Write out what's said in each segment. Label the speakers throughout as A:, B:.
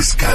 A: Escucha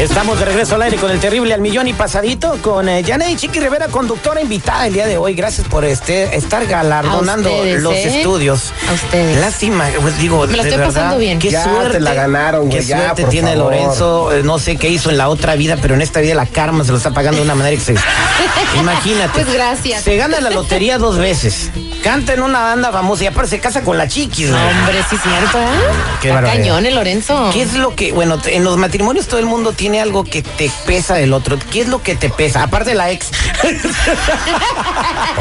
B: Estamos de regreso al aire con el terrible al millón y pasadito con eh, Janet Chiqui Rivera, conductora invitada el día de hoy. Gracias por este, estar galardonando
C: A ustedes,
B: los
C: ¿eh?
B: estudios.
C: A ustedes.
B: Lástima, pues digo,
C: Me la
B: de
C: estoy
B: verdad,
C: pasando bien.
B: Qué
D: Ya te
B: suerte.
D: la ganaron, güey,
B: Qué
D: ya,
B: suerte
D: por
B: tiene
D: favor.
B: Lorenzo. eh, No sé qué hizo en la otra vida, pero en esta vida la karma se lo está pagando de una manera excesiva. Imagínate.
C: Pues gracias.
B: Se gana la lotería dos veces. Canta en una banda famosa y aparte se casa con la chiquis, güey.
C: Hombre, sí, cierto. ¿eh?
B: Qué
C: Está
B: barbaridad.
C: cañón, el Lorenzo.
B: ¿Qué es lo que, bueno, te- en los matrimonios todo el mundo tiene algo que te pesa del otro? ¿Qué es lo que te pesa? Aparte de la ex.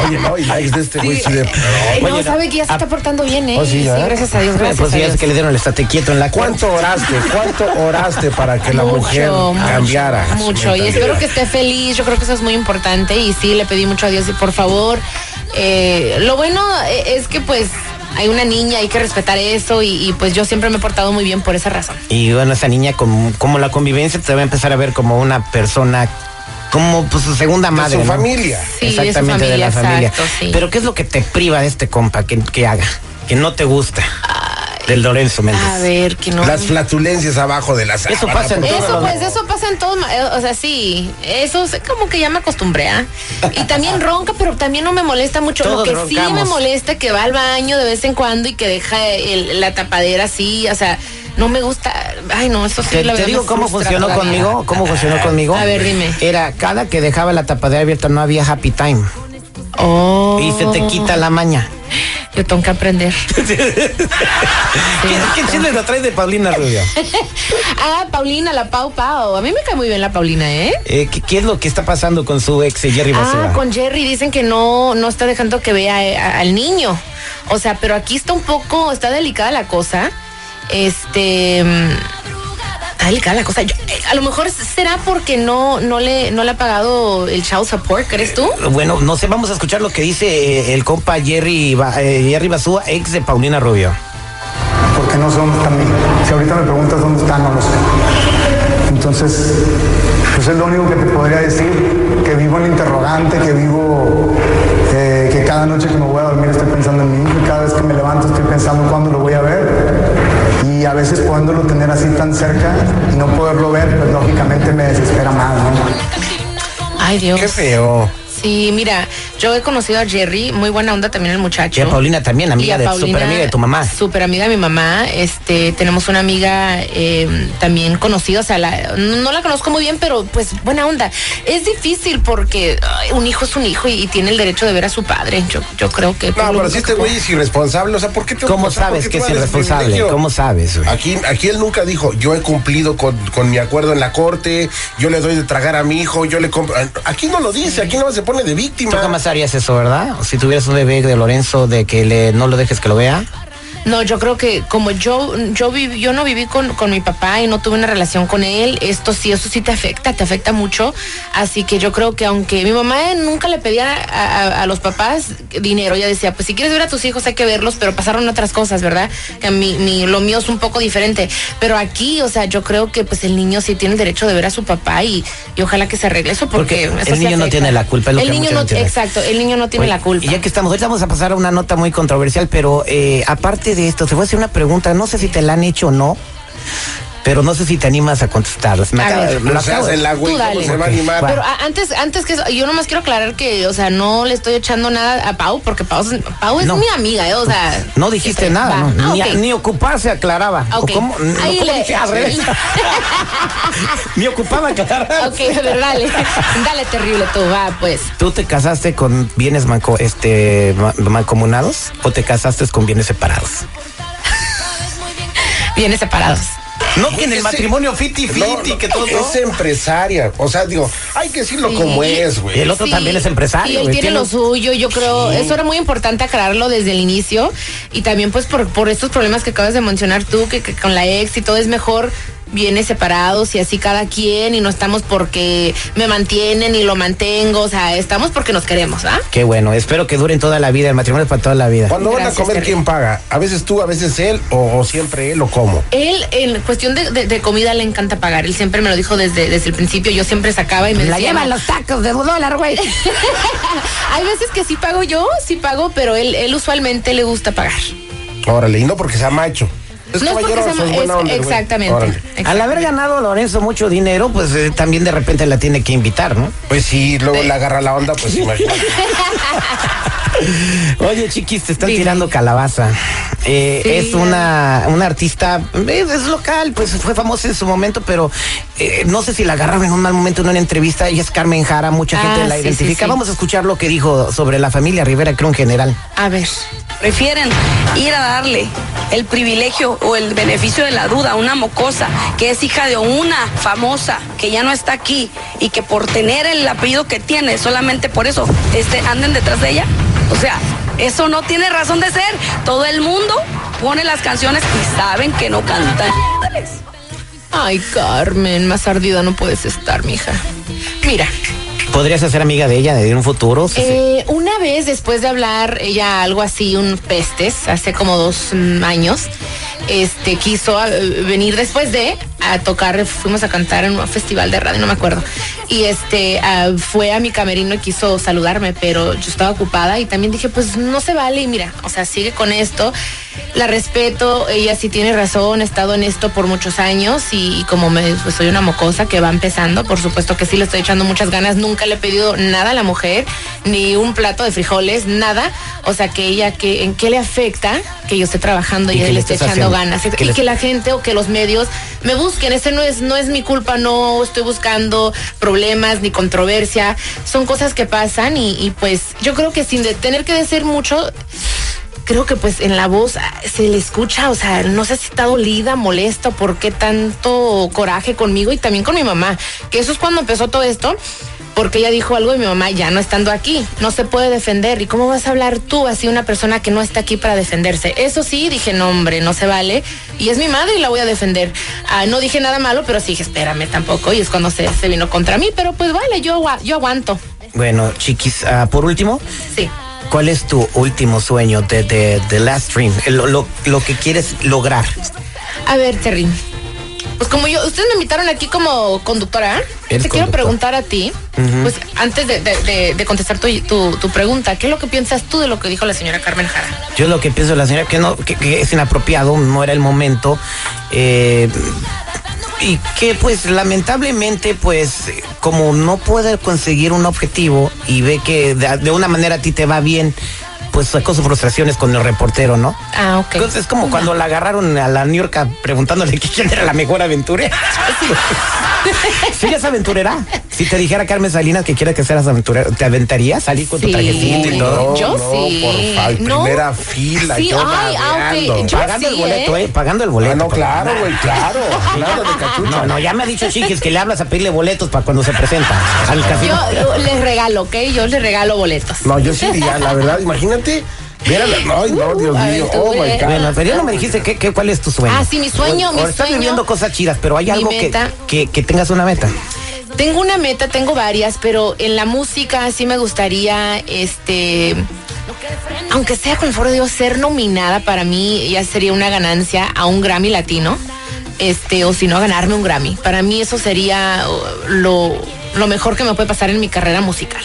D: Oye, no, y la ex de este güey sí de.
C: Eh, no,
B: Oye,
C: sabe que ya se
B: ah,
C: está portando bien, ¿eh?
D: oh, sí, ¿verdad?
C: gracias a Dios, gracias
B: pues
C: a
B: ya
C: Dios.
B: es que le dieron el estate quieto en la cuenta.
D: ¿Cuánto oraste? ¿Cuánto oraste para que la
C: Mucho,
D: mujer
C: mucho,
D: cambiara? su
C: Mucho, y
D: mentalidad?
C: espero que esté feliz, yo creo que eso es muy importante y sí, le pedí mucho a Dios y por favor, eh, lo bueno eh, es que pues hay una niña, hay que respetar eso y, y, pues yo siempre me he portado muy bien por esa razón.
B: Y bueno, esa niña, como, como la convivencia, te va a empezar a ver como una persona, como pues, su segunda
D: De
B: madre.
D: su
B: ¿no?
D: familia.
C: Sí, de su
B: Exactamente, de, la
C: familia,
B: familia.
C: exacto, sí.
B: Pero ¿qué es lo que te priva de este compa que, que haga? Que no te gusta. Del Lorenzo Méndez.
C: A ver, que no...
D: Pues, Las flatulencias abajo de la sábana.
B: pasa en
D: por
B: todos
C: Eso
D: favor.
B: los-
C: pues, eso pasa en todo, ma- eh, o sea, sí, eso es como que ya me acostumbré, ¿ah? Y también ronca, pero también no me molesta mucho.
B: Todos
C: Lo que sí me
B: roncamos.
C: molesta que va al baño de vez en cuando y que deja el- la tapadera así, o sea, no me gusta. Ay, no, eso sí,
B: Te,
C: la
B: te
C: verdad
B: digo
C: me
B: cómo
C: frustra
B: funcionó
C: todavía.
B: conmigo, cómo funcionó conmigo.
C: A ver, dime.
B: Era cada que dejaba la tapadera abierta no había happy time
C: Oh,
B: y se te quita la maña.
C: Yo tengo que aprender.
B: ¿Qué, qué chile lo traes de Paulina Rubio?
C: ah, Paulina, la Pau Pau. A mí me cae muy bien la Paulina, ¿eh?
B: Eh, ¿qué, qué es lo que está pasando con su ex eh, Jerry Basura?
C: Ah, con Jerry dicen que no, no está dejando que vea eh, a- al niño. O sea, pero aquí está un poco, está delicada la cosa. Este. mm, Está delicada la cosa. Yo- eh, a lo mejor será porque no, no le, no le ha pagado el child support, ¿crees tú?
B: Bueno, no sé, vamos a escuchar lo que dice eh, el compa Jerry, Ba- eh, Jerry Basúa, ex de Paulina Rubio.
E: porque no sé dónde están. Si ahorita me preguntas dónde están, no lo sé. Entonces, pues es lo único que te podría decir, que vivo en interrogante, que vivo, eh, que cada noche que me voy a dormir estoy pensando en mi hijo, y cada vez que me levanto estoy pensando cuándo lo voy a ver. Y a veces podiéndolo tener así tan cerca y no poderlo ver, pues lógicamente me desespera más, ¿no?
C: Ay, Dios.
D: Qué feo.
C: Sí, mira, yo he conocido a Jerry, muy buena onda también el muchacho.
B: Y a Paulina también, amiga de, super amiga de tu mamá.
C: Super amiga de mi mamá. Este, tenemos una amiga eh, también conocida, o sea, la- no la conozco muy bien, pero pues buena onda. Es difícil porque ay, un hijo es un hijo y, y tiene el derecho de ver a su padre. Yo, yo creo que.
D: No, pero si este güey es irresponsable, o sea, ¿por qué te
B: ¿Cómo
D: o sea, ¿por
B: sabes
D: qué
B: que
D: tú
B: es
D: eres
B: irresponsable?
D: privilegio?
B: ¿Cómo sabes? güey?
D: Aquí, aquí él nunca dijo, yo he cumplido con, con mi acuerdo en la corte, yo le doy de tragar a mi hijo, yo le compro. Aquí no lo dice, aquí no se pone de víctima.
B: Tú jamás harías eso, ¿verdad? Si tuvieras un bebé de Lorenzo, de que le, no lo dejes que lo vea.
C: No, yo creo que como yo, yo viví, yo no viví con, con mi papá y no tuve una relación con él, esto sí, eso sí te afecta, te afecta mucho. Así que yo creo que aunque mi mamá nunca le pedía a, a- a los papás dinero, ella decía, pues si quieres ver a tus hijos hay que verlos, pero pasaron otras cosas, ¿verdad? Que a mí, mi- lo mío es un poco diferente. Pero aquí, o sea, yo creo que pues el niño sí tiene el derecho de ver a su papá y, y ojalá que se arregle eso porque,
B: Porque
C: eso
B: el
C: sí
B: niño no
C: afecta.
B: tiene la culpa, es lo
C: el
B: que
C: niño
B: muchos
C: no,
B: no tienen.
C: exacto, el niño no tiene
B: Oye,
C: la culpa.
B: Y ya que estamos, ahorita vamos a pasar a una nota muy controversial, pero eh, aparte de esto, te voy a hacer una pregunta, no sé si te la han hecho o no, pero no sé si te animas a contestarla. Se me
C: A
B: acaba-
C: ver.
B: me lo
D: No se
B: acabo de-
D: hace la Ah, güey,
C: Tú
D: ¿cómo
C: dale.
D: se va a
B: Ok,
D: animar?
B: va.
C: Pero a- antes, antes que eso, yo nomás quiero aclarar que, o sea, no le estoy echando nada a Pau, porque Pau, es- Pau es
B: No.
C: mi amiga, ¿eh? O sea.
B: No dijiste
C: este,
B: nada,
C: va.
B: ¿no?
C: Ah,
B: ni,
C: ok.
B: ni ocuparse aclaraba.
C: Ah,
B: ¿O
C: ok.
B: cómo? No,
C: Ahí
B: ¿cómo
C: le-
B: dice? Al revés. Ni ocupaba aclarar.
C: Ok, a ver, dale. Dale, terrible, tú, va, pues.
B: ¿Tú te casaste con bienes manco, este, ma- mancomunados o te casaste con bienes separados?
C: Vienes separados.
B: No, que en el
D: Ese-
B: matrimonio fiti fiti
D: No, no,
B: que todo.
D: Es empresaria. O sea, digo, hay que decirlo
C: Sí.
D: como es, güey.
B: El otro también es empresario,
C: Y él
B: güey,
C: tiene,
B: tiene-
C: lo suyo, yo creo. Eso era muy importante aclararlo desde el inicio. Y también, pues, por, por estos problemas que acabas de mencionar tú, que, que con la ex y todo, es mejor bienes separados y así cada quien y no estamos porque me mantienen y lo mantengo, o sea, estamos porque nos queremos, ¿ah?
B: Qué bueno, espero que duren toda la vida, el matrimonio es para toda la vida.
D: Cuando van a
C: Gracias,
D: comer,
C: Terry.
D: ¿quién paga? A veces tú, a veces él, o, o siempre él, o cómo.
C: Él, en cuestión de, de- de comida, le encanta pagar. Él siempre me lo dijo desde, desde el principio. Yo siempre sacaba y me
F: La
C: decía,
F: llevan
C: "No".
F: los tacos de un dólar, güey.
C: Hay veces que sí pago yo, sí pago, pero él, él usualmente le gusta pagar.
D: Órale, y no porque sea macho. Es
C: no es porque
D: caballero,
C: sea ma-
D: sos buena
C: es-
D: onda, güey.
C: Exactamente.
D: Órale.
B: Al haber ganado Lorenzo mucho dinero, pues eh, también de repente la tiene que invitar, ¿no?
D: Pues sí, luego le agarra la onda, pues imagínate.
B: Oye, chiquis, te están
C: Dime.
B: tirando calabaza. Eh,
C: Sí,
B: es una, una artista, eh, es local, pues fue famosa en su momento, pero eh, no sé si la agarraron en un mal momento en una entrevista. Ella es Carmen Jara, mucha
C: Ah,
B: gente la
C: sí, sí,
B: identifica.
C: sí.
B: Vamos a escuchar lo que dijo sobre la familia Rivera, creo en general.
C: A ver.
G: Prefieren ir a darle el privilegio o el beneficio de la duda a una mocosa que es hija de una famosa que ya no está aquí y que por tener el apellido que tiene, solamente por eso este, anden detrás de ella. O sea, eso no tiene razón de ser. Todo el mundo pone las canciones y saben que no cantan.
C: Ay, Carmen, más ardida no puedes estar, mija. Mira,
B: ¿Podrías hacer amiga de ella en un futuro? Sí, sí.
C: eh, una vez después de hablar ella algo así, un pestes, hace como dos mm, años, este quiso eh, venir después de a tocar, fuimos a cantar en un festival de radio, no me acuerdo. Y este ah, fue a mi camerino y quiso saludarme, pero yo estaba ocupada y también dije, pues no se vale, y mira, o sea, sigue con esto. La respeto, ella sí tiene razón, he estado en esto por muchos años y, y como me, pues soy una mocosa que va empezando, por supuesto que sí le estoy echando muchas ganas, nunca le he pedido nada a la mujer, ni un plato de frijoles, nada, o sea que ella, que, ¿en qué le afecta que yo esté trabajando
B: Y
C: y,
B: que
C: él
B: le
C: esté
B: estés
C: echando
B: haciendo-
C: ganas?
B: que
C: y
B: le-
C: que la gente o que los medios me busquen, ese no es, no es mi culpa, no estoy buscando problemas ni controversia, son cosas que pasan y, y pues yo creo que sin de- tener que decir mucho, creo que pues en la voz ah, se le escucha, o sea, no sé si está dolida, molesta, por qué tanto coraje conmigo y también con mi mamá, que eso es cuando empezó todo esto, porque ella dijo algo y mi mamá ya no estando aquí, no se puede defender, ¿y cómo vas a hablar tú así una persona que no está aquí para defenderse? Eso sí, dije, no hombre, no se vale, y es mi madre y la voy a defender. Ah, no dije nada malo, pero sí dije, espérame tampoco, y es cuando se, se vino contra mí, pero pues vale, yo, agua- yo aguanto,
B: Bueno, chiquis, ah, por último,
C: sí.
B: ¿cuál es tu último sueño de, de, de Last Dream? Eh, Lo, lo- lo que quieres lograr.
C: A ver, Terry. Pues como yo, ustedes me invitaron aquí como conductora, ¿eh? Te
B: Eres
C: quiero
B: conductor.
C: preguntar a ti, pues antes de, de- de- de contestar tu, tu- tu pregunta, ¿qué es lo que piensas tú de lo que dijo la señora Carmen Jara?
B: Yo lo que pienso de la señora que no que, que es inapropiado, no era el momento. eh, y que pues lamentablemente pues como no puede conseguir un objetivo y ve que de, de una manera a ti te va bien, pues sacó sus frustraciones con el reportero, ¿no?
C: Ah, ok.
B: Entonces es como cuando la agarraron a la New York preguntándole que quién era la mejor aventurera. Si ella es aventurera, si te dijera Carmen Salinas que quiera que seas aventurera, ¿te aventarías salir con tu
C: Sí.
B: trajecito y todo?
D: No,
C: Yo
D: no,
C: sí.
D: por favor,
C: No.
D: primera fila,
C: Sí,
D: yo
C: ay, ah, ok.
D: babeando.
C: Yo
B: Pagando
C: sí,
B: el boleto,
C: ¿eh?
B: ¿eh? Pagando el boleto.
D: Ah, no,
B: porque-
D: claro, güey, claro, claro, de cachucha.
B: No, no, ya me ha dicho Chiquis que le hablas a pedirle boletos para cuando se presenta al
C: Yo
B: casino.
C: yo les regalo, ¿ok? Yo les regalo boletos.
D: No, yo sí diría, la verdad, imagínate. Mira, la- ay, no, Dios
C: Uh, a ver,
D: mío,
C: tú,
D: oh my
C: eh.
D: God.
B: Bueno, pero ya no me dijiste que, que- cuál es tu sueño.
C: Ah, sí, mi sueño,
B: O-
C: mi
B: o Estás
C: sueño.
B: viviendo cosas chidas, pero hay
C: Mi
B: algo que,
C: meta.
B: que, que tengas una meta.
C: Tengo una meta, tengo varias, pero en la música sí me gustaría, este, aunque sea con el foro de Dios, ser nominada para mí ya sería una ganancia a un Grammy latino, este, o si no, ganarme un Grammy. Para mí eso sería uh, lo, lo mejor que me puede pasar en mi carrera musical.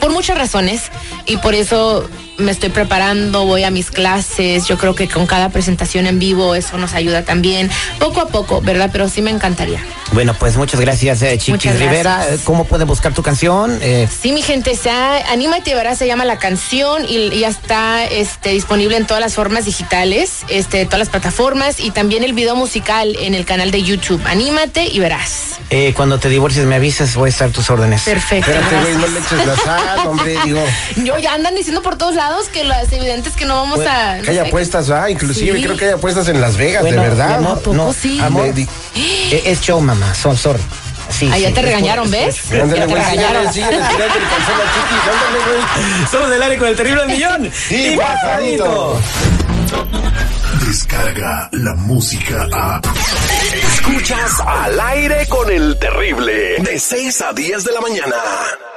C: Por muchas razones, y por eso me estoy preparando, voy a mis clases, yo creo que con cada presentación en vivo eso nos ayuda también, poco a poco, ¿verdad? Pero sí me encantaría.
B: Bueno, pues muchas gracias, eh, Chiquis
C: Muchas gracias.
B: Rivera. Eh, ¿Cómo pueden buscar tu canción? Eh,
C: Sí, mi gente, se ha- Anímate Verás se llama la canción y, y ya está este, disponible en todas las formas digitales, este, de todas las plataformas y también el video musical en el canal de YouTube. Anímate y verás.
B: eh, cuando te divorcies, me avisas, voy a estar a tus órdenes.
C: Perfecto.
D: Espérate, güey, no
C: gracias.
D: le eches la sal, hombre, digo.
C: Yo ya andan diciendo por todos lados que las evidentes que no vamos a.
D: Que hay apuestas, ¿ah? Inclusive
C: Sí.
D: creo que hay apuestas en Las Vegas,
B: Bueno,
D: de verdad.
B: mi amor,
C: ¿A poco
B: no,
C: sí?
B: amor,
D: Me di-
B: eh, es show, mamá. Son sorry. Sí,
C: Ah, ya
B: sí,
C: te
B: es por-
C: regañaron,
D: pues,
C: ¿ves? Ya
D: Ándale,
C: te
D: güey, síguele,
C: regañaron.
D: síguele tirando el calzón a Chiquis, ándale, güey.
B: Somos del área con el terrible millón.
D: Y pasadito.
A: Descarga la música a. Escuchas
H: Escuchas al aire con el terrible de 6 a 10 de la mañana.